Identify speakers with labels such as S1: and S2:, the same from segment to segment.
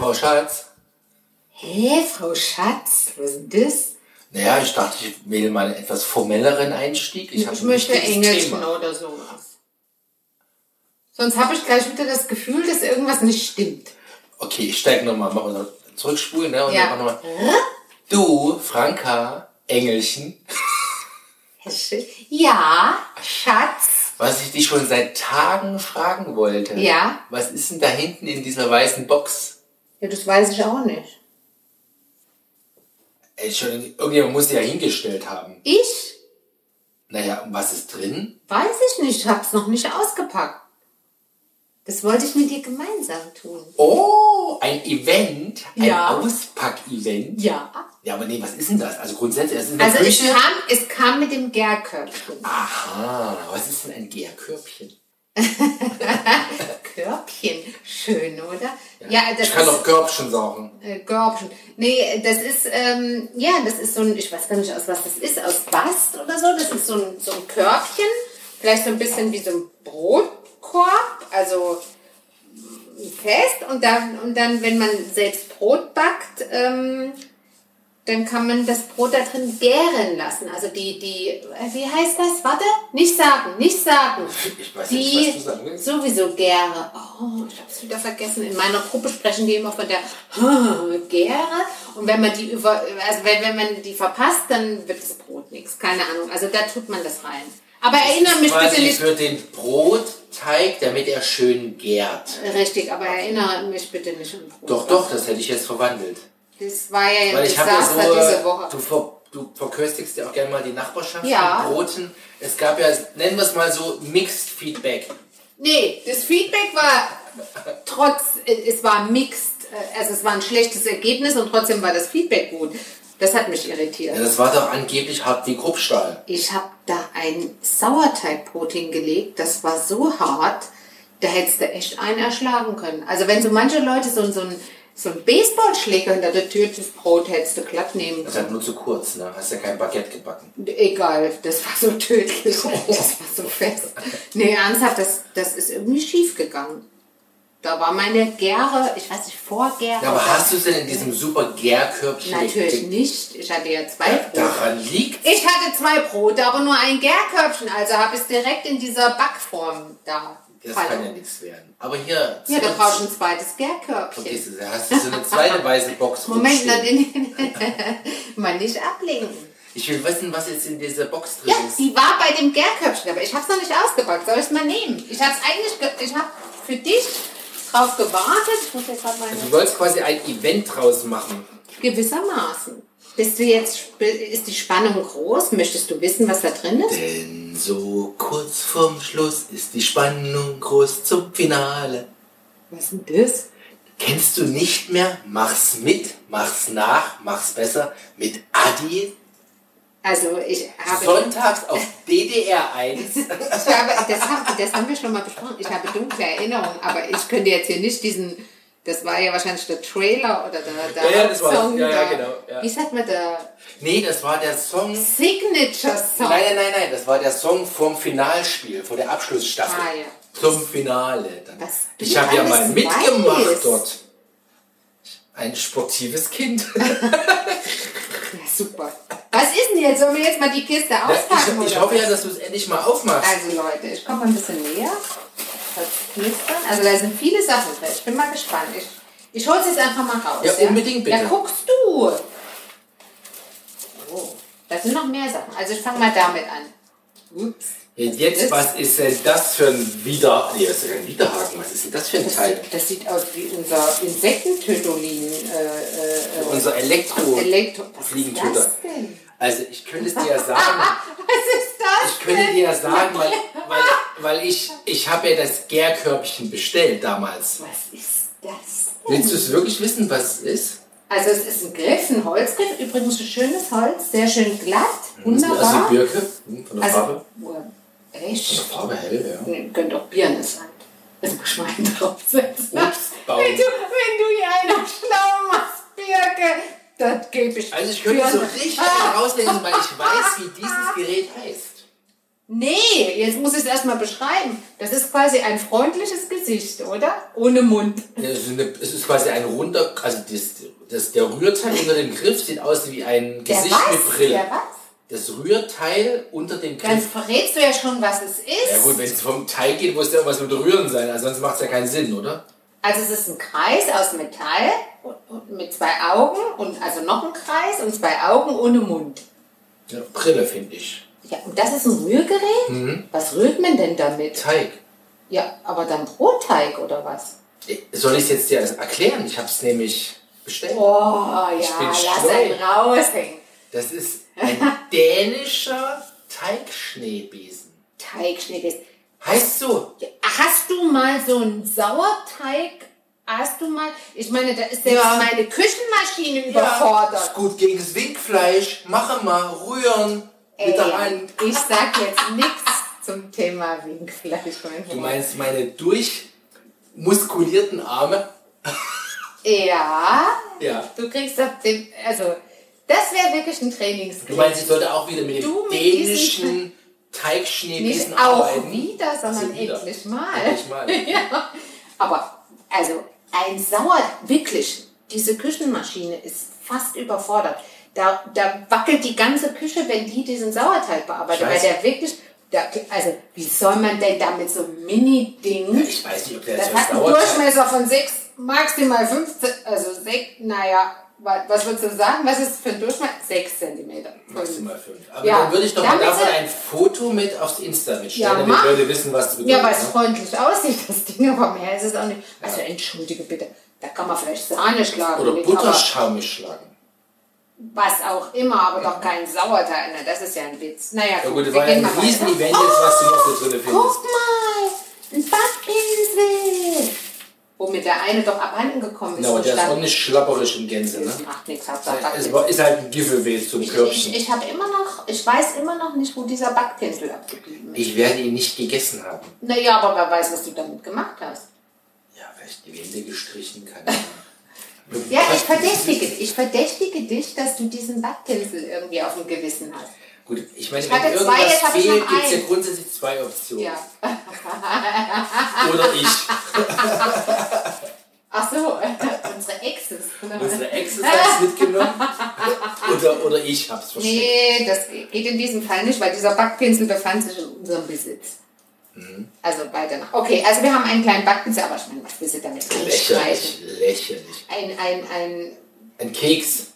S1: Frau Schatz.
S2: Hä, Frau Schatz? Was ist denn das?
S1: Naja, ich dachte, ich wähle mal einen etwas formelleren Einstieg. Ich, hab
S2: Ich
S1: ein
S2: möchte
S1: wichtiges
S2: Engelchen
S1: Thema.
S2: oder sowas. Sonst habe ich gleich wieder das Gefühl, dass irgendwas nicht stimmt.
S1: Okay, ich steige nochmal, mach mal zurückspulen, ne? Und
S2: Ja.
S1: dann mach nochmal. Du, Franka, Engelchen,
S2: Ja, Schatz.
S1: was ich dich schon seit Tagen fragen wollte.
S2: Ja.
S1: Was ist denn da hinten in dieser weißen Box?
S2: Ja, das weiß ich auch nicht.
S1: Ey, schon, irgendjemand muss sie ja hingestellt haben.
S2: Ich?
S1: Naja, und was ist drin?
S2: Weiß ich nicht, hab's noch nicht ausgepackt. Das wollte ich mit dir gemeinsam tun.
S1: Oh, ein Event, ein
S2: Ja.
S1: Auspack-Event.
S2: Ja.
S1: Ja, aber nee, was ist denn das? Also grundsätzlich, es ist in der
S2: Also es
S1: Küche.
S2: kam, es kam mit dem Gärkörbchen.
S1: Aha, was ist denn ein Gärkörbchen?
S2: Körbchen, schön, oder? Ja, das
S1: ich kann
S2: ist
S1: doch Körbchen saugen.
S2: äh, Körbchen. Nee, das ist, ähm, ja, das ist so ein, ich weiß gar nicht aus was das ist, aus Bast oder so. Das ist so ein, so ein Körbchen, vielleicht so ein bisschen wie so ein Brotkorb, also fest und dann, und dann, wenn man selbst Brot backt, ähm, dann kann man das Brot da drin gären lassen. Also die, die, äh, wie heißt das? Warte, nicht sagen, nicht sagen.
S1: Ich weiß
S2: die
S1: nicht, was du sagen willst.
S2: sowieso gäre. Oh, ich hab's wieder vergessen. In meiner Gruppe sprechen die immer von der gäre. Und wenn man die über, also wenn, wenn man die verpasst, dann wird das Brot nichts. Keine Ahnung. Also da tut man das rein. Aber erinnere mich bitte
S1: Quasi
S2: nicht
S1: für den Brotteig, damit er schön gärt.
S2: Richtig, aber erinnere mich bitte nicht an Brot.
S1: Doch, doch, das hätte ich jetzt verwandelt.
S2: Das war ja ein
S1: Weil ich habe ja
S2: Desaster diese
S1: so,
S2: Woche.
S1: du, ver, du verköstigst ja auch gerne mal die Nachbarschaft
S2: Ja.
S1: mit Broten. Es gab ja, nennen wir es mal so, Mixed Feedback.
S2: Nee, das Feedback war trotz, es war mixed, äh, also es war ein schlechtes Ergebnis und trotzdem war das Feedback gut. Das hat mich
S1: Ja,
S2: irritiert.
S1: das war doch angeblich hart wie Kruppstahl.
S2: Ich habe da ein Sauerteigbrot hingelegt, das war so hart, da hättest du echt einen erschlagen können. Also wenn so manche Leute so, so ein so ein Baseballschläger hinter der Tür das Brot hättest du glatt nehmen
S1: Das ist halt nur zu kurz, ne? Hast ja kein Baguette gebacken.
S2: Egal, das war so tödlich. Das war so fest. Nee, ernsthaft, das, das ist irgendwie schief gegangen. Da war meine Gäre, ich weiß nicht, Vorgäre.
S1: Ja, aber hast du es denn in diesem super Gärkörbchen?
S2: Natürlich nicht. Ich hatte ja zwei Brote.
S1: Daran liegt
S2: Ich hatte zwei Brote, aber nur ein Gärkörbchen. Also habe ich es direkt in dieser Backform da.
S1: Das kann ja
S2: fallen.
S1: nichts werden. Aber hier.
S2: Ja, da
S1: zurück-
S2: brauchst du ein zweites Gärkörbchen.
S1: Vergiss es, da hast du so eine zweite weiße Box
S2: Moment, na,
S1: rumstehen.
S2: den, mal nicht ablenken.
S1: Ich will wissen, was jetzt in dieser Box drin
S2: Ja,
S1: ist.
S2: die war bei dem Gärkörbchen, aber ich habe es noch nicht ausgepackt. Soll ich es mal nehmen? Ich habe es eigentlich, ge- ich habe für dich drauf gewartet. Ich muss jetzt halt meine
S1: Also, Du wolltest quasi ein Event draus machen.
S2: gewissermaßen. Bist du jetzt, ist die Spannung groß? Möchtest du wissen, was da drin ist?
S1: Denn so kurz vorm Schluss ist die Spannung groß zum Finale.
S2: Was ist denn das?
S1: Kennst du nicht mehr? Mach's mit, mach's nach, mach's besser mit Adi.
S2: Also ich habe,
S1: Sonntags auf DDR 1.
S2: ich habe das, haben, das haben wir schon mal besprochen. Ich habe dunkle Erinnerungen, aber ich könnte jetzt hier nicht diesen, das war ja wahrscheinlich der Trailer oder der, der
S1: Ja, ja, das war's.
S2: Hauptsong,
S1: Ja, ja,
S2: der-
S1: genau, ja.
S2: Wie sagt man der
S1: nee, das war der Song.
S2: Signature Song?
S1: Nein, nein, nein, nein, das war der Song vom Finalspiel, vor der Abschlussstaffel.
S2: Ah, ja.
S1: Zum Finale. Dann.
S2: Was du
S1: ich habe ja mal
S2: alles
S1: mitgemacht
S2: weißt.
S1: dort. Ein sportives Kind.
S2: Ja, super. Was ist denn jetzt? Sollen wir jetzt mal die Kiste auspacken?
S1: ich, ich
S2: oder
S1: hoffe
S2: was?
S1: ja, dass du es endlich mal aufmachst.
S2: Also Leute, ich komme mal ein bisschen näher. Das knistern. Also da sind viele Sachen drin. Ich bin mal gespannt. Ich, ich hole es jetzt einfach mal raus.
S1: Ja, unbedingt, bitte.
S2: Da guckst du. Oh, da sind noch mehr Sachen. Also ich fange mal damit an. Ups.
S1: Jetzt, jetzt, was ist denn das für ein Wider... Nee, das ist ja kein Widerhaken. Was ist denn das für ein
S2: Das
S1: Teil?
S2: sieht, das sieht aus wie unser Insektentötolin. Äh, äh, äh,
S1: Unser Elektro...
S2: Elektro.
S1: Oh,
S2: Was ist
S1: Fliegentöter.
S2: das denn?
S1: Also ich könnte es dir ja sagen.
S2: Was ist das?
S1: Ich könnte dir ja sagen, weil, weil, weil ich, ich habe ja das Gärkörbchen bestellt damals.
S2: Was ist das?
S1: Willst du es wirklich wissen, was es ist?
S2: Also es ist ein Griff, ein Holzgriff, übrigens ein schönes Holz, sehr schön glatt,
S1: Also
S2: wunderbar.
S1: die Birke hm, von der
S2: Also,
S1: Farbe.
S2: boah,
S1: Von
S2: echt?
S1: der Farbe hell, ja.
S2: Nee, könnte auch Birne sein. Das muss man draufsetzen.
S1: Obst, Baum.
S2: Wenn du, wenn du hier einer schlau machst, Birke, das gebe ich
S1: Also ich könnte so
S2: Birne. Ah.
S1: richtig rauslesen, weil ich weiß, wie dieses Gerät heißt.
S2: Nee, jetzt muss ich es erstmal beschreiben. Das ist quasi ein freundliches Gesicht, oder? Ohne Mund.
S1: Ja, Es ist, eine, es ist quasi ein runder, also das, das, der Rührteil unter dem Griff sieht aus wie ein Gesicht
S2: der
S1: mit
S2: was?
S1: Brille.
S2: Der was?
S1: Das Rührteil unter dem
S2: Dann
S1: Griff.
S2: verrätst du ja schon, was es ist.
S1: Ja gut, wenn es vom Teig geht, muss ja irgendwas mit Rühren sein, also sonst macht es ja keinen Sinn, oder?
S2: Also es ist ein Kreis aus Metall und- und mit zwei Augen und also noch ein Kreis und zwei Augen ohne Mund.
S1: Ja, Brille, finde ich.
S2: Ja, und das ist ein Rührgerät?
S1: Mhm.
S2: Was rührt man denn damit?
S1: Teig. Äh,
S2: Ja, aber dann Brotteig oder was?
S1: Soll ich es jetzt dir erklären? Ich habe es nämlich
S2: Oh.
S1: bestellt.
S2: Boah,
S1: Ich
S2: ja,
S1: bin
S2: lass
S1: schlau.
S2: einen raushängen.
S1: Das ist ein dänischer Teigschneebesen.
S2: Teigschnitt.
S1: Heißt so.
S2: Hast du mal so einen Sauerteig? Hast du mal? Ich meine, da ist selbst
S1: Ja.
S2: meine Küchenmaschine überfordert.
S1: Ist gut gegen das Winkfleisch. Mache mal, rühren
S2: Ey,
S1: mit der Hand.
S2: ich sag jetzt nichts zum Thema Winkfleisch. mein
S1: Du
S2: Freund.
S1: meinst meine durchmuskulierten Arme?
S2: Ja,
S1: Ja.
S2: du kriegst ab dem, also das wäre wirklich ein Trainingskind.
S1: Du meinst, ich sollte auch wieder mit
S2: Du
S1: dem
S2: mit
S1: dänischen
S2: nicht
S1: Teigschneebesen
S2: auch
S1: arbeiten?
S2: wieder, sondern
S1: Also wieder.
S2: endlich mal.
S1: Endlich mal.
S2: ja. Aber also ein Sauer, wirklich, diese Küchenmaschine ist fast überfordert. Da, da wackelt die ganze Küche, wenn die diesen Sauerteig bearbeitet,
S1: Ich
S2: weil
S1: weiß.
S2: der wirklich, da, also wie soll man denn da mit so einem Mini-Ding,
S1: Ich weiß nicht, ob der
S2: das
S1: jetzt
S2: hat einen
S1: dauert.
S2: Durchmesser von 6, maximal 15, also 6, naja, wa- was würdest du sagen, was ist für ein Durchmesser? 6 cm.
S1: Maximal fünf. Aber
S2: Ja.
S1: dann würde ich doch mal
S2: Damit
S1: davon
S2: sie-
S1: ein Foto mit aufs Insta
S2: Ja,
S1: mitstellen, damit
S2: mach.
S1: die Leute wissen, was du
S2: Ja, weil
S1: bedeutet,
S2: es
S1: ne?
S2: freundlich aussieht, das Ding, aber mehr ist es auch nicht. Also entschuldige bitte, da kann man vielleicht Sahne schlagen.
S1: Oder
S2: mit,
S1: Butterschaum schlagen.
S2: aber Was auch immer, aber doch kein Sauerteig. Na, das ist ja ein Witz. Naja,
S1: Ja gut, das
S2: wir
S1: war ja
S2: gehen
S1: ein
S2: mal weiter.
S1: Riesen-Event jetzt, was du noch so drin findest.
S2: Guck mal, ein Backpinsel. Womit der eine doch abhanden gekommen ist.
S1: Ja, aber Genau, der
S2: und
S1: ist
S2: stand-
S1: ordentlich schlapperig in Gänse, ne?
S2: das macht nichts, Hauptsache
S1: Es
S2: Backpinsel.
S1: war, ist halt ein Giveaway zum
S2: Ich,
S1: Körbchen.
S2: ich habe immer noch, ich weiß immer noch nicht, wo dieser Backpinsel abgeblieben ist.
S1: Ich werde ihn nicht gegessen haben.
S2: Naja, aber wer weiß, was du damit gemacht hast.
S1: Ja, weil ich die Wände gestrichen kann.
S2: Ja, ich verdächtige, ich verdächtige dich, dass du diesen Backpinsel irgendwie auf dem Gewissen hast.
S1: Gut, ich meine,
S2: hatte
S1: wenn
S2: zwei,
S1: irgendwas
S2: jetzt habe ich
S1: fehlt,
S2: noch
S1: gibt es ja
S2: einen.
S1: grundsätzlich zwei Optionen.
S2: Ja.
S1: Oder ich.
S2: Ach so, unsere Exes.
S1: Unsere Ex hat es mitgenommen. Oder, oder ich hab's versteckt.
S2: Nee, das geht in diesem Fall nicht, weil dieser Backpinsel befand sich in unserem Besitz.
S1: Mhm.
S2: Also weiter nach. Okay, also wir haben einen kleinen Backpinsel, aber ich meine, was willst du damit
S1: Lächerlich,
S2: anstreichen?
S1: lächerlich.
S2: Ein, ein, ein
S1: Ein Keks.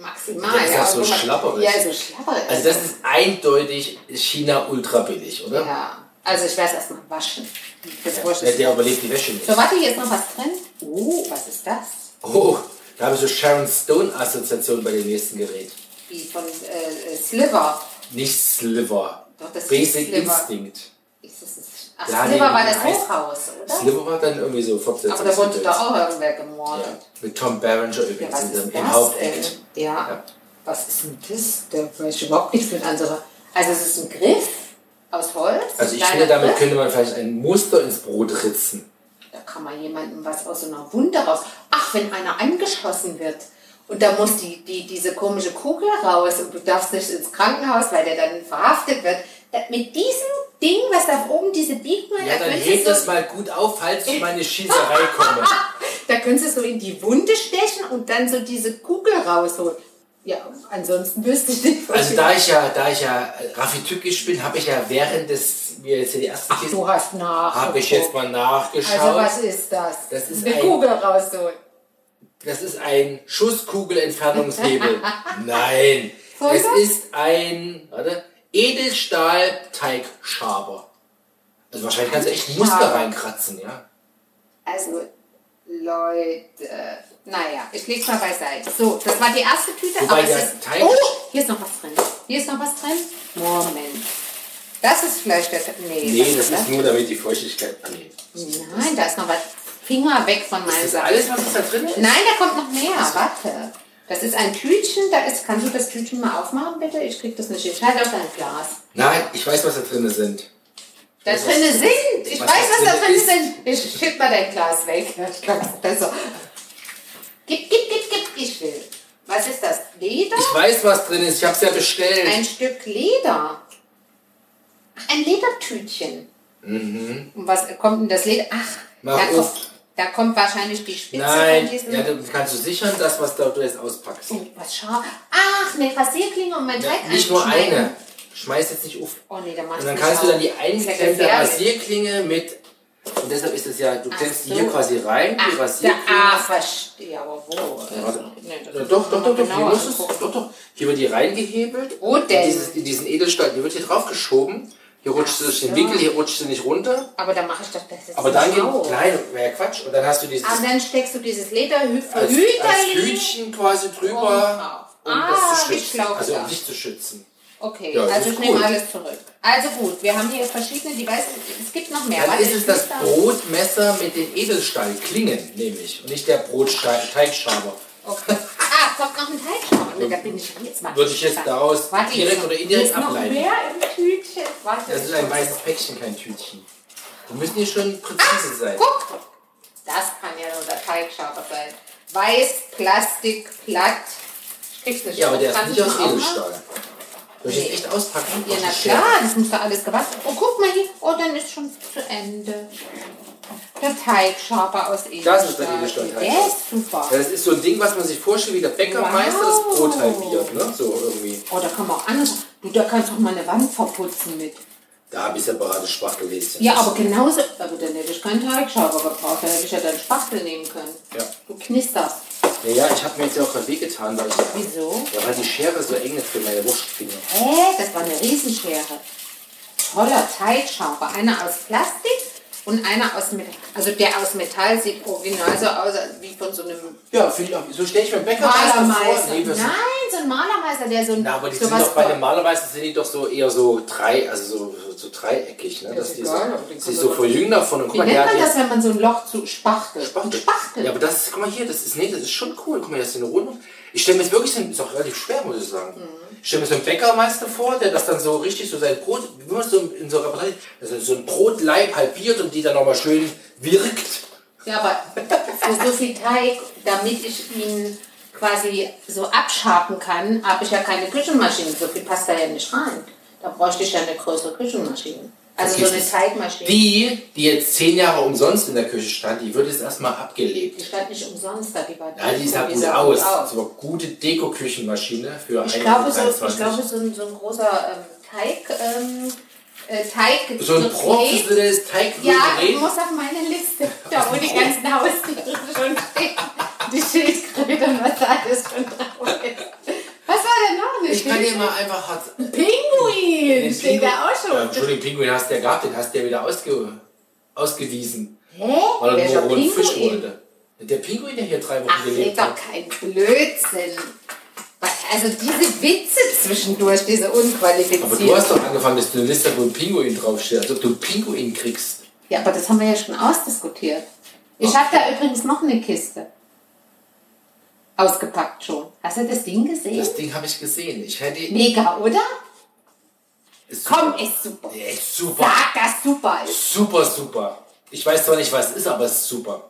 S2: maximal.
S1: Der ist auch
S2: aber
S1: so
S2: guck mal-
S1: schlapperig.
S2: Ja, so schlapperig.
S1: Also das ist eindeutig China ultra billig, oder?
S2: ja. Also ich werde es erstmal waschen. Das ja,
S1: Der, der überlebt die Wäsche nicht.
S2: So, warte, hier ist noch was drin. Oh, was ist das?
S1: Oh, da habe ich so Sharon Stone-Assoziation bei dem nächsten Gerät.
S2: Wie von äh, äh, Sliver.
S1: Nicht Sliver.
S2: Doch, das ist
S1: Basic
S2: Sliver.
S1: Instinct.
S2: Ist das, das- ach,
S1: Ja,
S2: Sliver
S1: nee,
S2: war das
S1: heißt-
S2: Hochhaus, oder?
S1: Sliver war dann irgendwie so fortsetzt.
S2: Aber da wurde da auch irgendwer gemordet.
S1: Mit Tom Berenger übrigens
S2: Ja, was
S1: in dem-
S2: ist
S1: im
S2: das denn?
S1: Hauptact.
S2: Ja.
S1: Ja.
S2: Was ist denn das? Da weiß ich überhaupt nicht für ein anderer. Also es ist ein Griff aus Holz.
S1: Also ich
S2: ein
S1: finde,
S2: kleiner
S1: damit
S2: Griff.
S1: könnte man vielleicht ein Muster ins Brot ritzen.
S2: Da kann man jemandem was aus so einer Wunde raus. Ach, wenn einer angeschossen wird. Und da muss die, die, diese komische Kugel raus und du darfst nicht ins Krankenhaus, weil der dann verhaftet wird. Da, mit diesem Ding, was da oben, diese Biegung,
S1: Ja,
S2: da,
S1: dann
S2: könntest
S1: hebt
S2: du,
S1: das mal gut auf, falls ich meine Schießerei komme.
S2: da könntest du so in die Wunde stechen und dann so diese Kugel rausholen. Ja, ansonsten wüsste ich nicht. was
S1: Also
S2: ich-
S1: da ich ja, da ich ja raffitückisch bin, habe ich ja während des, mir jetzt hier die ersten Kisten,
S2: du hast nach.
S1: habe ich jetzt mal nachgeschaut.
S2: Also was ist das?
S1: Das ist
S2: Eine
S1: ein-
S2: Kugel rausholen.
S1: Das ist ein Schusskugelentfernungshebel. Nein. Es
S2: Vollgas?
S1: ist ein warte, Edelstahlteigschaber. Also wahrscheinlich kannst du echt ein Muster
S2: Teigschaber.
S1: reinkratzen, ja?
S2: Also, Leute, naja, ich leg's mal beiseite. So, das war die erste Tüte,
S1: Wobei
S2: aber es
S1: der
S2: ist.
S1: Teig-
S2: Oh, hier ist noch was drin. Hier ist noch was drin. Moment. Das ist vielleicht der. Nee,
S1: Nee, das
S2: ne?
S1: ist nur damit die Feuchtigkeit angeht.
S2: Nein, da ist noch was. Finger weg von meinem
S1: Ist das
S2: Sack.
S1: Also alles, was ist da drin ist?
S2: Nein, da kommt noch mehr. Warte. Das ist ein Tütchen, da ist. Kannst du das Tütchen mal aufmachen, bitte? Ich krieg das nicht hin. Schneid auf dein Glas.
S1: Nein, ich weiß, was da drin sind.
S2: Da
S1: weiß,
S2: drinne
S1: was-
S2: sind. Ich
S1: was
S2: weiß,
S1: da
S2: was da
S1: drinne
S2: drin
S1: ist.
S2: sind. Ich schieb mal dein Glas weg. Ich glaube, es ist besser. Gib, gib, gib, gib. Ich will. Was ist das? Leder?
S1: Ich weiß, was drin ist. Ich hab's ja bestellt.
S2: Ein Stück Leder. ein Ledertütchen. Und was kommt denn das Leder? Ach,
S1: Mhm. Mach
S2: da
S1: auf.
S2: kommt, da kommt wahrscheinlich die Spitze
S1: Nein,
S2: von diesem.
S1: ja, du kannst du sichern, das, was du jetzt auspackst.
S2: oh, was schau. Ach, eine Rasierklinge und mein Dreck
S1: Nicht nur
S2: einschneiden.
S1: eine. Schmeiß jetzt nicht auf.
S2: Oh nee, da machst
S1: Und dann kannst du dann die eingeklemmte
S2: Rasierklinge.
S1: Rasierklinge mit. Und deshalb ist es ja, du klemmst die
S2: so.
S1: hier quasi rein, die
S2: Ach, da,
S1: Rasierklinge.
S2: ah, verstehe. Aber wo? Also, nee, das
S1: Ja,
S2: muss
S1: doch, doch,
S2: man
S1: doch,
S2: mal
S1: doch, hier
S2: genauer
S1: muss es,
S2: angucken.
S1: doch, doch. Hier wird die reingehebelt.
S2: Wo denn?
S1: In, dieses, in diesen Edelstahl, die wird hier draufgeschoben. Hier rutscht sie durch den
S2: so.
S1: Winkel, hier rutscht sie nicht runter.
S2: Aber da mache ich das besser.
S1: Aber dann geht,
S2: Aber
S1: nein, wäre ja Quatsch. Und dann hast du dieses
S2: Ah, dann steckst du dieses Lederhüterchen.
S1: als, als Hütchen quasi drüber,
S2: drauf.
S1: um
S2: Ah,
S1: das zu
S2: ich
S1: schützen.
S2: glaub,
S1: Also
S2: ja.
S1: um dich zu schützen.
S2: Okay,
S1: Ja, das
S2: also
S1: ist
S2: ich nehme
S1: gut.
S2: alles zurück. Also gut, wir haben hier verschiedene Devices. Es gibt noch mehr.
S1: Dann
S2: Warte,
S1: ist
S2: ich
S1: es das
S2: muss da-
S1: Brotmesser mit den Edelstahlklingen, nämlich. Und nicht der Brotteigschaber.
S2: Okay. Ah, kommt noch ein Teigschaber. Nee, da bin ich jetzt mal.
S1: Würde ich jetzt
S2: gespannt.
S1: daraus
S2: Warte,
S1: direkt
S2: jetzt-
S1: oder indirekt
S2: jetzt noch
S1: ableiten.
S2: mehr im Tütchen. Warte,
S1: Das ist ein weißes Päckchen, kein Tütchen. Wir müssen hier schon präzise sein.
S2: Ah, Guck! Das kann ja nur der Teigschaber sein. Weiß, Plastik, platt. Ich krieg's nicht.
S1: Ja, aber der ist
S2: Kannst
S1: nicht
S2: du
S1: aus
S2: das auch machen?
S1: Edelstahl. Soll ich jetzt echt auspacken?
S2: Ja,
S1: Auf
S2: na
S1: die Schere.
S2: klar, das muss da alles gewaschen. Oh, guck mal hier. Oh, dann ist schon zu Ende. Der Teigschaber aus Edelstahl.
S1: ist der Edelstahl-Teig.
S2: Der ist super.
S1: Ja, Das ist so ein Ding, was man sich vorstellt, wie der Bäckermeister
S2: Wow.
S1: das Brot halbiert, ne? So irgendwie.
S2: Oh, da kann man auch anders. Du, da kannst du auch mal eine Wand verputzen mit.
S1: Da habe ich separate Spachtelhäschen.
S2: Ja, aber genauso. Aber dann hätte ich keinen Teigschaber gebraucht. Dann hätte ich ja deinen Spachtel nehmen können.
S1: Ja.
S2: Du knisterst.
S1: Ja, ja, ich habe mir jetzt ja auch wehgetan, weil ich.
S2: Wieso?
S1: Ja, weil die Schere so eng ist für meine Wurstfinger.
S2: Hä? Das war eine Riesenschere. Toller Teigschaber. Einer aus Plastik und einer aus Metall. Also der aus Metall sieht original so aus als wie von so einem
S1: Ja, finde ich auch. So stelle ich mir Bäckermeister
S2: Malermeister.
S1: vor. Nee, das
S2: Nein, so ein Malermeister, der so ein.
S1: Na, aber die
S2: so
S1: sind doch bei den Malermeister sind die doch so eher so drei, also so, so, so dreieckig, ne? Dass
S2: ist
S1: die
S2: egal,
S1: so,
S2: aber den
S1: sie
S2: kannst
S1: so
S2: du-
S1: verjüngen davon und guck
S2: Wie
S1: mal,
S2: nennt
S1: der hat
S2: man
S1: jetzt
S2: das, wenn man so ein Loch zu spachtelt?
S1: Spachtel.
S2: Ein Spachtel.
S1: Ja, aber das ist, guck mal hier, das ist, nee, das ist schon cool. Guck mal, das ist eine Runde. Ich stelle mir jetzt wirklich, so ein- ist auch relativ schwer, muss ich sagen.
S2: Mhm.
S1: Ich stelle mir so einen Bäckermeister vor, der das dann so richtig so sein Brot, wie man so in so einer Reportage, also so ein Brotleib halbiert und die dann nochmal schön wirkt.
S2: Ja, aber so, so viel Teig, damit ich ihn quasi so abschaben kann, habe ich ja keine Küchenmaschine. So viel passt da ja nicht rein. Da bräuchte ich ja eine größere Küchenmaschine. Also
S1: Okay.
S2: so eine Teigmaschine.
S1: Die, die jetzt zehn Jahre umsonst in der Küche stand, die wird jetzt erstmal
S2: Die
S1: abgelebt.
S2: stand nicht umsonst da, die war
S1: Ja, die sah
S2: die
S1: gut
S2: sah
S1: aus.
S2: gut aus.
S1: Das war gute Deko-Küchenmaschine für
S2: Ich glaube, so,
S1: 1,23.
S2: ich glaube, so ein, so ein großer ähm, Teig, ähm, äh, Teig,
S1: so ein
S2: Gerät.
S1: brotzelndes Teig
S2: Ja, ich muss auf meine Liste, da wo die ganzen Haustiere schon stehen. Die Schildkröte und was da alles schon drauf ist. Was war denn noch nicht?
S1: ich kann dir mal einfach hart
S2: Pinguin
S1: Den
S2: steht da auch
S1: Ja,
S2: schon.
S1: Entschuldigung, Pinguin hast du ja gehabt, den hast du ja wieder ausge, ausgewiesen.
S2: Hä?
S1: Weil er
S2: Welcher
S1: nur rohen Fisch
S2: Pinguin?
S1: wollte. Der Pinguin, der hier drei Wochen
S2: Ach, red
S1: gelebt
S2: doch
S1: hat.
S2: kein Blödsinn. Also diese Witze zwischendurch, diese unqualifizierten.
S1: Aber du hast doch angefangen, dass du eine Liste von Pinguin draufsteht, als ob du einen Pinguin kriegst.
S2: Ja, aber das haben wir ja schon ausdiskutiert. Ich habe da übrigens noch eine Kiste. Ausgepackt schon. Hast du das Ding gesehen?
S1: Das Ding habe ich gesehen. Ich hätte.
S2: Mega, oder?
S1: Ist
S2: Komm,
S1: super.
S2: ist super.
S1: Ja, ist super.
S2: Sag, dass super ist.
S1: Super, super. Ich weiß zwar nicht, was es ist, aber es ist super.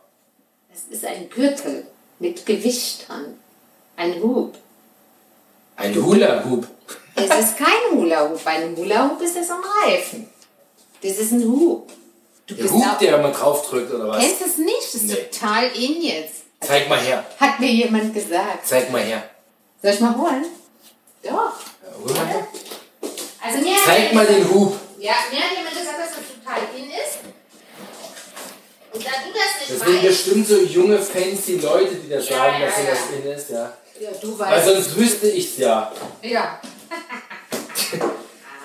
S2: Es ist ein Gürtel mit Gewicht dran. Ein Hub.
S1: Ein Hula-Hoop.
S2: Es ist kein Hula-Hoop. Bei einem Hula-Hoop ist es am Reifen. Das ist ein Hub. Du
S1: Der
S2: bist
S1: Hoop,
S2: auch-
S1: der man draufdrückt oder was?
S2: kennst es nicht. Das ist
S1: Nee.
S2: total in jetzt.
S1: Zeig mal her.
S2: Hat mir jemand gesagt.
S1: Zeig mal her.
S2: Soll ich mal holen? Doch.
S1: Ja, hol mal her.
S2: Also mir hat
S1: Zeig
S2: jemand
S1: mal den
S2: gesagt-
S1: Hoop.
S2: Ja, mir hat jemand gesagt, dass das total in ist. Und da du das nicht
S1: Deswegen
S2: weißt.
S1: bestimmt so junge, fancy Leute, die da sagen,
S2: ja,
S1: dass sie
S2: ja.
S1: das in ist, ja.
S2: Ja, du
S1: Weil
S2: weißt.
S1: sonst wüsste ich's ja.
S2: ja.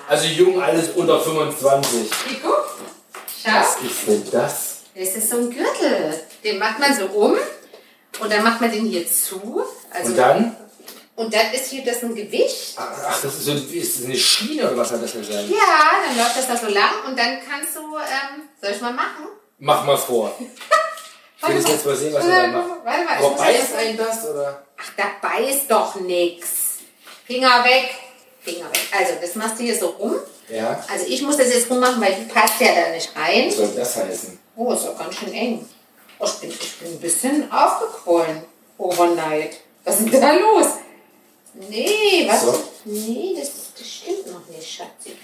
S1: Also jung, alles unter 25.
S2: Wie guck. Schau.
S1: Was ist denn das?
S2: Es ist so ein Gürtel. Den macht man so um. Und dann macht man den hier zu. Also
S1: Und dann?
S2: und dann ist hier das ein Gewicht.
S1: Ach, das ist so ist das eine Schiene oder was hat das denn sein?
S2: Ja, dann läuft das da so lang und dann kannst du, ähm, soll ich mal machen?
S1: Mach mal vor. Ich will das jetzt mal sehen, was er da macht.
S2: Warte mal, ich
S1: Aber
S2: muss
S1: beißt
S2: das-
S1: ein das oder?
S2: Ach, da beißt doch nix. Finger weg, Finger weg. Also, das machst du hier so rum.
S1: Ja. Also,
S2: Also, ich muss das jetzt rummachen, weil die passt ja da nicht rein.
S1: Was soll das heißen?
S2: Oh, ist doch ganz schön eng. Oh, ich, bin, ich bin ein bisschen aufgequollen. Overnight. Was ist denn da los? Nee, was?
S1: So.
S2: Nee, das, das stimmt noch nicht, Schatzi.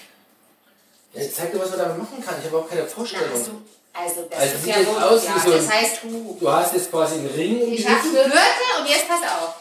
S1: Ja, zeig dir, was man damit machen kann. Ich habe auch keine
S2: Na,
S1: Vorstellung.
S2: hast du, also das
S1: Also
S2: ist
S1: sieht
S2: ja
S1: jetzt
S2: so,
S1: aus wie
S2: ja,
S1: so ein-
S2: das heißt Hu.
S1: Du hast jetzt quasi einen Ring um die
S2: Ich habe
S1: Hüfte.
S2: eine Gürtel und jetzt pass auf.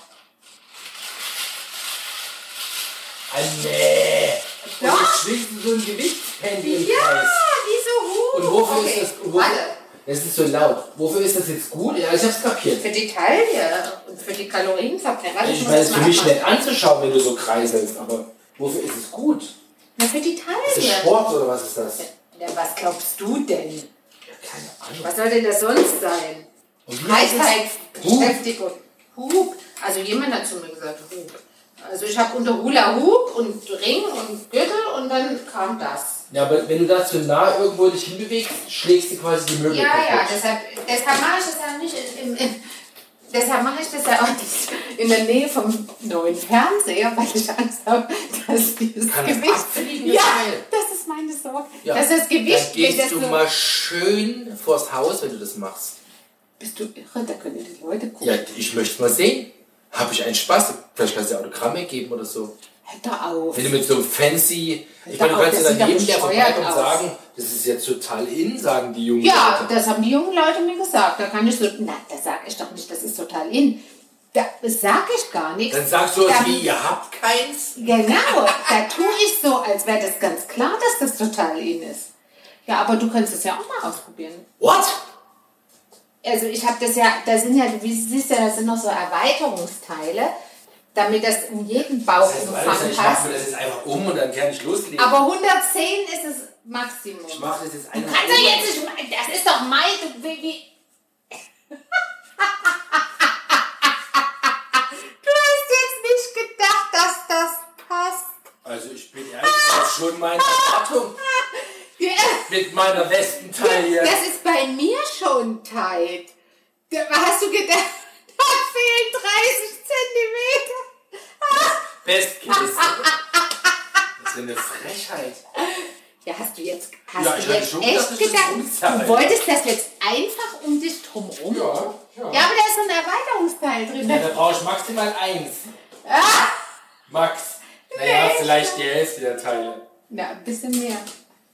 S1: Ah, nee. Und
S2: Doch.
S1: jetzt schwingst du so ein Gewichtshandy im
S2: Ja,
S1: Kreis.
S2: wieso Hu?
S1: Und wofür
S2: okay.
S1: ist das... Wofür,
S2: Warte,
S1: das ist so laut. Wofür ist das jetzt gut? Ja, ich hab's kapiert.
S2: für die Taille und für die Kalorienverbrennung. Warte,
S1: Ich
S2: muss
S1: meine, es ist
S2: das mal
S1: für mich
S2: abmachen.
S1: nett anzuschauen, wenn du so kreiselst, aber wofür ist es gut?
S2: Na, für die
S1: Ist es
S2: Taille.
S1: Sport oder was ist das?
S2: Ja, was glaubst du denn?
S1: Ja, keine Ahnung.
S2: Was soll denn das sonst sein?
S1: Und wie heißt das?
S2: Freizeitbeschäftigung. Hub. um. Also jemand hat zu mir gesagt, Hub. Also ich habe unter Hula Hoop und Ring und Gürtel und dann kam das.
S1: Ja, aber wenn du da zu nah irgendwo dich hinbewegst, schlägst du quasi die Möbel
S2: Ja,
S1: kaputt.
S2: ja, deshalb, deshalb mache ich das ja nicht im, im, im Deshalb mache ich das ja auch nicht in der Nähe vom neuen Fernseher, weil ich Angst habe, dass dieses
S1: Kann das
S2: Gewicht.
S1: abfliegen, das
S2: Ja,
S1: Teil?
S2: das ist meine Sorge.
S1: Ja.
S2: Dass das Gewicht,
S1: Dann
S2: wenn
S1: gehst
S2: das
S1: du
S2: so.
S1: mal schön vors Haus, wenn du das machst.
S2: Bist du irre? Da können die Leute gucken.
S1: Ja, ich möchte mal sehen. Habe ich einen Spaß? Vielleicht kannst du dir Autogramme geben oder so.
S2: Hört da auf.
S1: Wenn du mit so einem fancy... Ich
S2: Da
S1: meine, du
S2: auch,
S1: kannst
S2: das
S1: ja dann
S2: sieht doch
S1: jedem, der
S2: bescheuert
S1: vorbeikommt,
S2: aus.
S1: sagen, das ist jetzt total in, sagen die Jungen.
S2: Ja, das haben die jungen Leute mir gesagt. Da kann ich so, na, da sage ich doch nicht, das ist total in. Da sage ich gar nichts.
S1: Dann sagst du was
S2: Dann-
S1: wie, ihr habt keins.
S2: Genau, da tue ich so, als wäre das ganz klar, dass das total in ist. Ja, aber du kannst es ja auch mal ausprobieren.
S1: What?
S2: Also ich habe das ja, da sind ja, wie du siehst ja, das sind noch so Erweiterungsteile, damit das in jeden
S1: Das heißt, weil
S2: Bauchumfang
S1: ich mache
S2: passt.
S1: mir das jetzt einfach um und dann kann ich loslegen.
S2: Aber 110 ist es Maximum.
S1: ich mache das jetzt einfach
S2: Kannst
S1: um.
S2: du jetzt nicht, das ist doch mein, du- wie, wie, Du hast jetzt nicht gedacht, dass das passt.
S1: Also ich bin ehrlich, das ist schon meine Erwartung mit meiner Westentaille.
S2: Das ist bei mir schon tight. Da hast du gedacht, da fehlen 30 Zentimeter.
S1: Bestkiste. Das ist eine Frechheit.
S2: Ja, hast du jetzt, hast
S1: Ja, ich
S2: du
S1: hatte
S2: jetzt
S1: schon gedacht,
S2: echt
S1: dass ich das
S2: gedacht,
S1: rumzahle.
S2: du wolltest das jetzt einfach um dich drum rum?
S1: Ja, ja.
S2: Ja, aber da ist so ein Erweiterungsteil drin.
S1: Ja, da brauche ich maximal eins. Max. Naja,
S2: Ah! Nee.
S1: vielleicht die Hälfte der Teile.
S2: Na, ein bisschen mehr.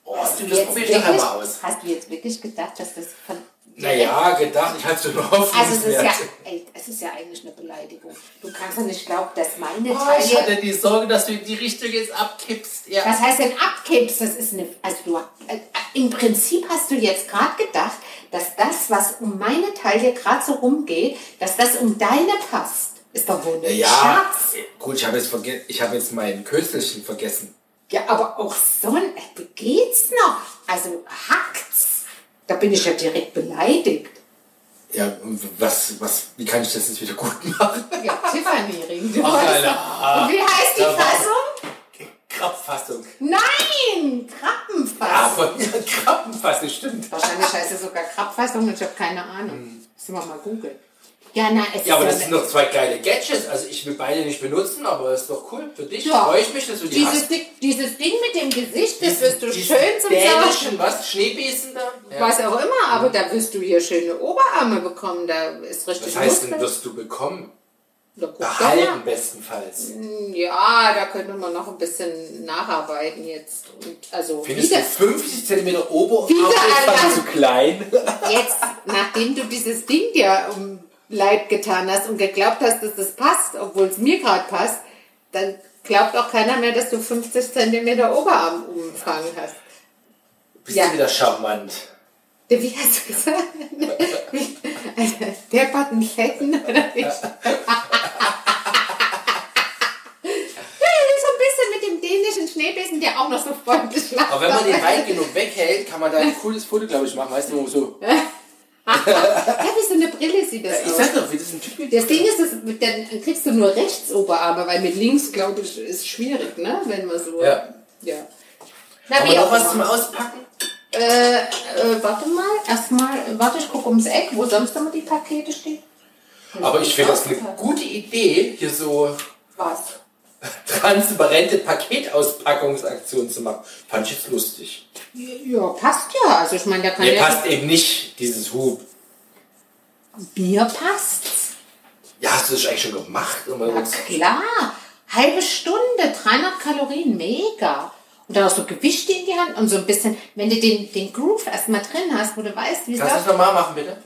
S1: Oh,
S2: Hast du,
S1: das
S2: jetzt
S1: probiere ich nachher
S2: wirklich,
S1: mal aus.
S2: hast du jetzt wirklich gedacht, dass das von...
S1: Naja, gedacht, ich hatte so einen
S2: Also es ist,
S1: Hoffnungswert.
S2: ja, ey, es ist ja eigentlich eine Beleidigung. Du kannst doch nicht glauben, dass meine
S1: Oh, ich
S2: Taille...
S1: hatte die Sorge, dass du in die Richtung jetzt abkippst. Ja.
S2: Was heißt denn abkippst? Das ist eine. Also du, äh, im Prinzip hast du jetzt gerade gedacht, dass das, was um meine Taille gerade so rumgeht, dass das um deine passt. Ist doch wohl ein
S1: Ja,
S2: Schatz.
S1: gut, ich habe jetzt, verge ich habe jetzt mein Köstelchen vergessen.
S2: Ja, aber auch so ein- äh, geht's noch. Also hackt's. Da bin ich ja direkt beleidigt.
S1: Ja, und was, was, wie kann ich das jetzt wieder gut machen?
S2: Ja, Tiffany Ring. Du
S1: Ach,
S2: weißt
S1: Oh, Alter.
S2: doch. Und wie heißt die
S1: Da war-
S2: Fassung?
S1: Krabbenfassung.
S2: Nein! Krabbenfassung.
S1: Aber Ah, Krabbenfassung, stimmt.
S2: Wahrscheinlich heißt es sogar Krabfassung und ich habe keine Ahnung. Müssen wir mal googeln. Ja, na, es
S1: Hm. Ja, aber
S2: ist
S1: das sind noch zwei geile Gadgets. Also ich will beide nicht benutzen, aber ist doch cool. Für dich
S2: Ja.
S1: freue ich mich, dass du die
S2: dieses,
S1: hast.
S2: Ding, dieses Ding mit dem Gesicht, das wirst du
S1: Diesen
S2: schön zum Sauerstoff.
S1: dänischen, was? Schneebesen da? Ja. Hm.
S2: Was auch immer, aber da wirst du hier schöne Oberarme bekommen. Da ist richtig
S1: Das heißt,
S2: Muskel.
S1: den wirst du bekommen.
S2: Da guck doch
S1: Behalten
S2: mal.
S1: bestenfalls.
S2: Ja, da könnte man noch ein bisschen nacharbeiten jetzt. Und also
S1: Findest
S2: wieder,
S1: du 50 cm Oberarm
S2: Wieder
S1: ist
S2: allein.
S1: fast zu klein?
S2: jetzt, nachdem du dieses Ding dir um Leib getan hast und geglaubt hast, dass es passt, obwohl es mir gerade passt, dann glaubt auch keiner mehr, dass du 50 cm Oberarmumfang hast.
S1: Bist
S2: Ja.
S1: du wieder charmant?
S2: Der, wie hast du gesagt? Wie- also, Der hat einen fetten oder wie? Nee, so ein bisschen mit dem dänischen Schneebesen, der auch noch so freundlich lacht.
S1: Aber wenn man den weit genug weghält, kann man da ein cooles Foto, glaube ich, machen. Weißt du, wo so...
S2: Ja, wie so eine Brille sieht das
S1: Ich
S2: aus.
S1: sag doch, wie das ist ein Typ mit...
S2: Das Ding ist, dass mit- dann kriegst du nur rechts Oberarme, weil mit links, glaube ich, ist schwierig, ne? Wenn man so.
S1: Ja.
S2: ja. Na,
S1: Haben
S2: wie
S1: wir noch
S2: auch
S1: was zum
S2: immer.
S1: Auspacken?
S2: äh, äh, warte mal, erstmal, äh, warte, ich gucke ums Eck, wo sonst immer die Pakete stehen.
S1: Aber ich finde das eine gute Idee, hier so
S2: Was?
S1: transparente Paketauspackungsaktion zu machen. Fand ich jetzt lustig.
S2: Ja, passt ja. Also ich meine, da kann
S1: Mir
S2: ja.
S1: passt eben nicht dieses Hub.
S2: Bier passt's.
S1: Ja, hast du das eigentlich schon gemacht? Und mal
S2: Na
S1: kurz-
S2: klar. Halbe Stunde, 300 Kalorien, mega. Und dann auch so Gewichte in die Hand und so ein bisschen, wenn du den, den Groove erstmal drin hast, wo du weißt, wie es
S1: Kannst du das
S2: läuft.
S1: nochmal machen, bitte?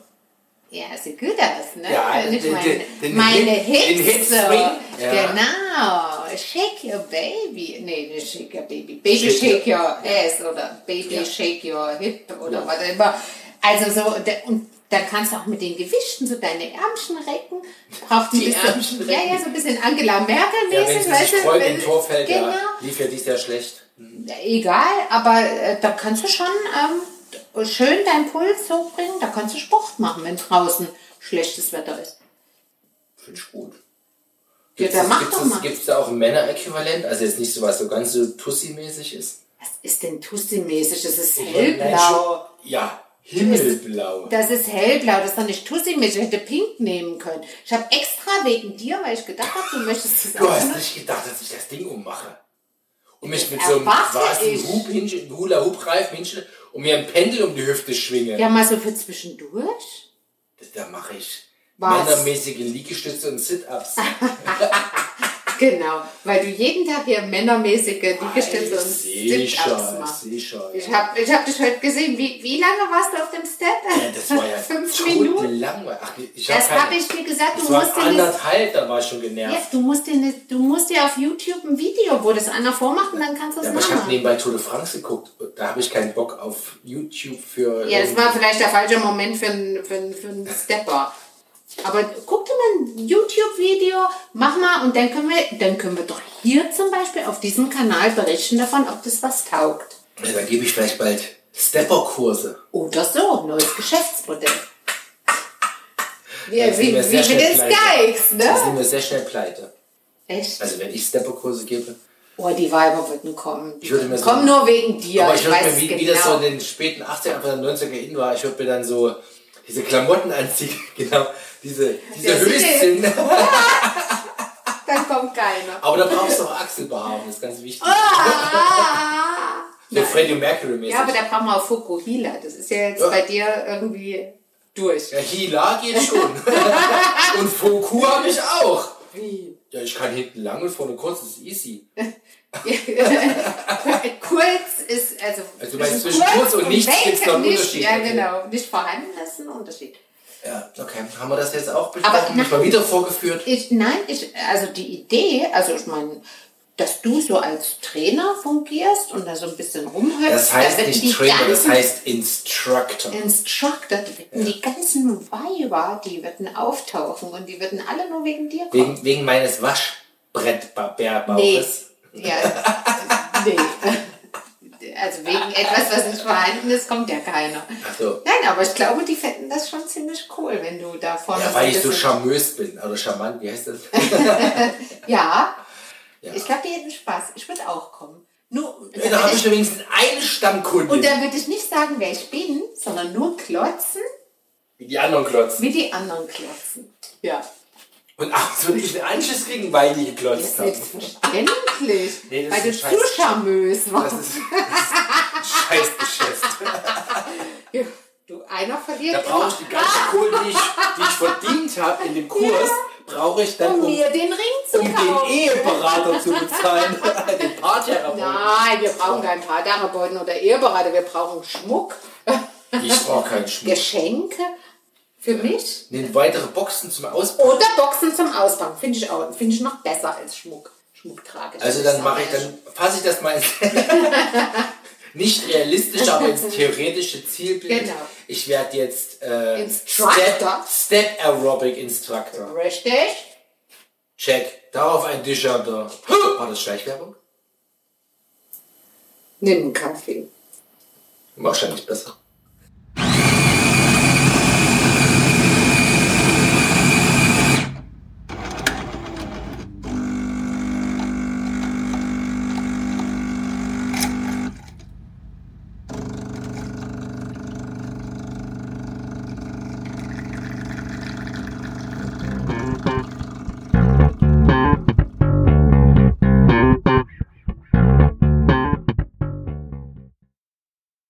S2: Ja, sieht gut aus, ne?
S1: Ja,
S2: Wenn ich
S1: den-
S2: meine,
S1: den-
S2: meine
S1: den Hit-
S2: Hits.
S1: den Hit
S2: so.
S1: swing. Ja.
S2: Genau. Shake your baby. Nee, nicht shake your baby. Baby
S1: Shake
S2: shake,
S1: your-
S2: your, ass oder Baby
S1: Ja.
S2: shake your hip oder
S1: Ja.
S2: whatever. Also so, da- und da kannst du auch mit den Gewichten so deine Ärmchen recken. Braucht ein
S3: Die Ärmchen
S2: bisschen, ja, ja, so ein bisschen Angela
S1: Ja, wenn
S2: Merkel-mäßig.
S1: sie sich freut, im Tor fällt,
S2: genau.
S1: ja. Lief ja dies Jahr schlecht.
S2: Egal, aber äh, da kannst du schon ähm, schön deinen Puls hochbringen, da kannst du Sport machen, wenn draußen schlechtes Wetter ist.
S1: Finde ich gut.
S2: Ja,
S1: Gibt
S2: dann mach doch
S1: es
S2: mal.
S1: gibt's da auch ein Männer-Äquivalent? Also jetzt nicht so was so ganz so Tussi-mäßig ist?
S2: Was ist denn Tussi-mäßig? Das ist
S1: Nein,
S2: hellblau.
S1: schon- Ja, himmelblau.
S2: Das ist hellblau, das ist doch nicht Tussi-mäßig. Ich hätte pink nehmen können. Ich habe extra wegen dir, weil ich gedacht habe, du möchtest das
S1: Du
S2: auch
S1: hast
S2: nur-
S1: nicht gedacht, dass ich das Ding ummache. Und mich mit
S2: Das
S1: so einem
S2: erwarte
S1: quasi
S2: ich.
S1: Hub hinsch- Hula-Hoop-Reif hinstelle und mir ein Pendel um die Hüfte schwinge.
S2: Ja, mal so für zwischendurch.
S1: Das, da mache ich
S2: Was?
S1: männermäßige Liegestütze und Sit-Ups.
S2: Genau, weil du jeden Tag hier männermäßige
S1: Ah,
S2: Liegestütze und Sit-Ups
S1: Sicher,
S2: machst.
S1: sicher.
S2: Ich habe ich hab dich heute gesehen. Wie, wie lange warst du auf dem Step?
S1: Ja, das war ja
S2: Fünf Minuten?
S1: langweilig. Ach, ich hab
S2: Das
S1: keine-
S2: habe ich dir gesagt.
S1: Das
S2: Du
S1: war
S2: musst, dir eine,
S1: anderthalb, da war ich schon
S2: ja,
S1: genervt.
S2: du, musst dir eine, du musst dir auf YouTube ein Video, wo das einer vormacht und dann kannst du es
S1: Ja, aber ich habe
S2: nachmachen.
S1: nebenbei Tour de France geguckt. Da habe ich keinen Bock auf YouTube für.
S2: Ja, das
S1: ähm,
S2: war vielleicht der falsche Moment für einen für einen- für einen Stepper. Aber guck dir mal ein YouTube-Video, mach mal und dann können, wir, dann können wir doch hier zum Beispiel auf diesem Kanal berichten davon, ob das was taugt.
S1: ja, dann gebe ich vielleicht bald Stepper-Kurse.
S2: Oder so, neues Geschäftsmodell. Wie,
S1: Dann sind
S2: wie,
S1: wir
S2: wie
S1: sehr
S2: mit
S1: schnell
S2: den
S1: pleite.
S2: Skikes,
S1: Dann
S2: ne?
S1: sind wir sehr schnell pleite.
S2: Echt?
S1: Also wenn ich Stepper-Kurse gebe.
S2: Oh, die Weiber würden kommen. Die
S1: Ich würde mir so-
S2: kommen nur wegen dir.
S1: aber ich würde mir,
S2: es genau.
S1: wie, wie das so in den späten 80er, Anfang der 90er in war, ich würde mir dann so diese Klamotten anziehen. genau, diese, diese
S2: Ja,
S1: Höschen.
S2: Dann kommt keiner.
S1: Aber da brauchst du auch Achselbehaarung, das ist ganz wichtig.
S2: Ah!
S1: Der Freddie Mercury-mäßig.
S2: ja, aber da brauchen wir auch Fukuhila. Das ist ja jetzt
S1: Ja.
S2: bei dir irgendwie durch.
S1: Ja, Hila geht schon. und Foku habe ich auch.
S2: Wie?
S1: Ja, ich kann hinten lang und vorne kurz, das ist easy.
S2: kurz ist, also,
S1: Also bei zwischen kurz und nichts
S2: weg
S1: gibt's noch einen
S2: nicht,
S1: Unterschied.
S2: Ja,
S1: Okay.
S2: genau. Nicht vorhanden, das ist ein Unterschied.
S1: Ja, okay. Haben wir das jetzt auch besprochen?
S2: nach-
S1: Ich war wieder vorgeführt.
S2: Ich, nein, ich, also die Idee, also ich meine, dass du so als Trainer fungierst und da so ein bisschen rumhörst.
S1: Das heißt
S2: da wird die
S1: nicht Trainer, das
S2: ganzen
S1: heißt Instructor.
S2: Instructor, die würden die ganzen Weiber, die würden auftauchen und die würden alle nur wegen dir kommen.
S1: Wegen, wegen meines
S2: nee.
S1: Waschbrettbärbauches.
S2: Ja. nee. Also wegen etwas, was nicht vorhanden ist, kommt ja keiner.
S1: Ach so.
S2: Nein, aber ich glaube, die fänden das schon ziemlich cool, wenn du da vorne
S1: Ja, weil ich so
S2: bisschen-
S1: charmös bin. Oder charmant, wie heißt das?
S2: Ja.
S1: Ja.
S2: Ich glaube, die hätten Spaß. Ich würde auch kommen. Nur,
S1: Ja, da habe ich wenigstens einen Stammkunden.
S2: und dann würde ich nicht sagen, wer ich bin, sondern nur klotzen,
S1: wie die anderen klotzen.
S2: wie die anderen klotzen. Ja.
S1: Und abends würde ich einen Anschiss kriegen, weil die geklotzt haben.
S2: Selbstverständlich.
S1: Nee, das
S2: weil du
S1: ist ein
S2: zu
S1: Scheiß.
S2: charmös
S1: Das
S2: warst.
S1: ist ein Scheißgeschäft.
S2: Ja, Du, einer verliert
S1: Da brauche ich die ganze Kohle, die ich, die ich verdient habe in dem Kurs, brauche ich dann,
S2: um
S1: um,
S2: mir den Ring zu
S1: um den
S2: kaufen.
S1: Eheberater zu bezahlen. den Paartherapeuten.
S2: Nein, wir brauchen keinen Paartherapeuten oder Eheberater. Wir brauchen Schmuck,
S1: Ich brauche keinen Schmuck.
S2: Geschenke für mich
S1: Nee, weitere Boxen zum Ausbau.
S2: oder Boxen zum Auspacken. Finde ich auch, finde ich noch besser als Schmuck. Schmuck trage ich.
S1: Also
S2: nicht,
S1: dann
S2: aber
S1: mache ich, dann fasse ich das mal ins nicht realistisch, aber ins theoretische Zielbild.
S2: Genau.
S1: Ich werde jetzt äh, Step,
S2: Instructor.
S1: Step Aerobic Instructor.
S2: Richtig.
S1: Check. Darauf ein Dishander. War das Schleichwerbung?
S2: Nimm einen Kaffee.
S1: Wahrscheinlich besser.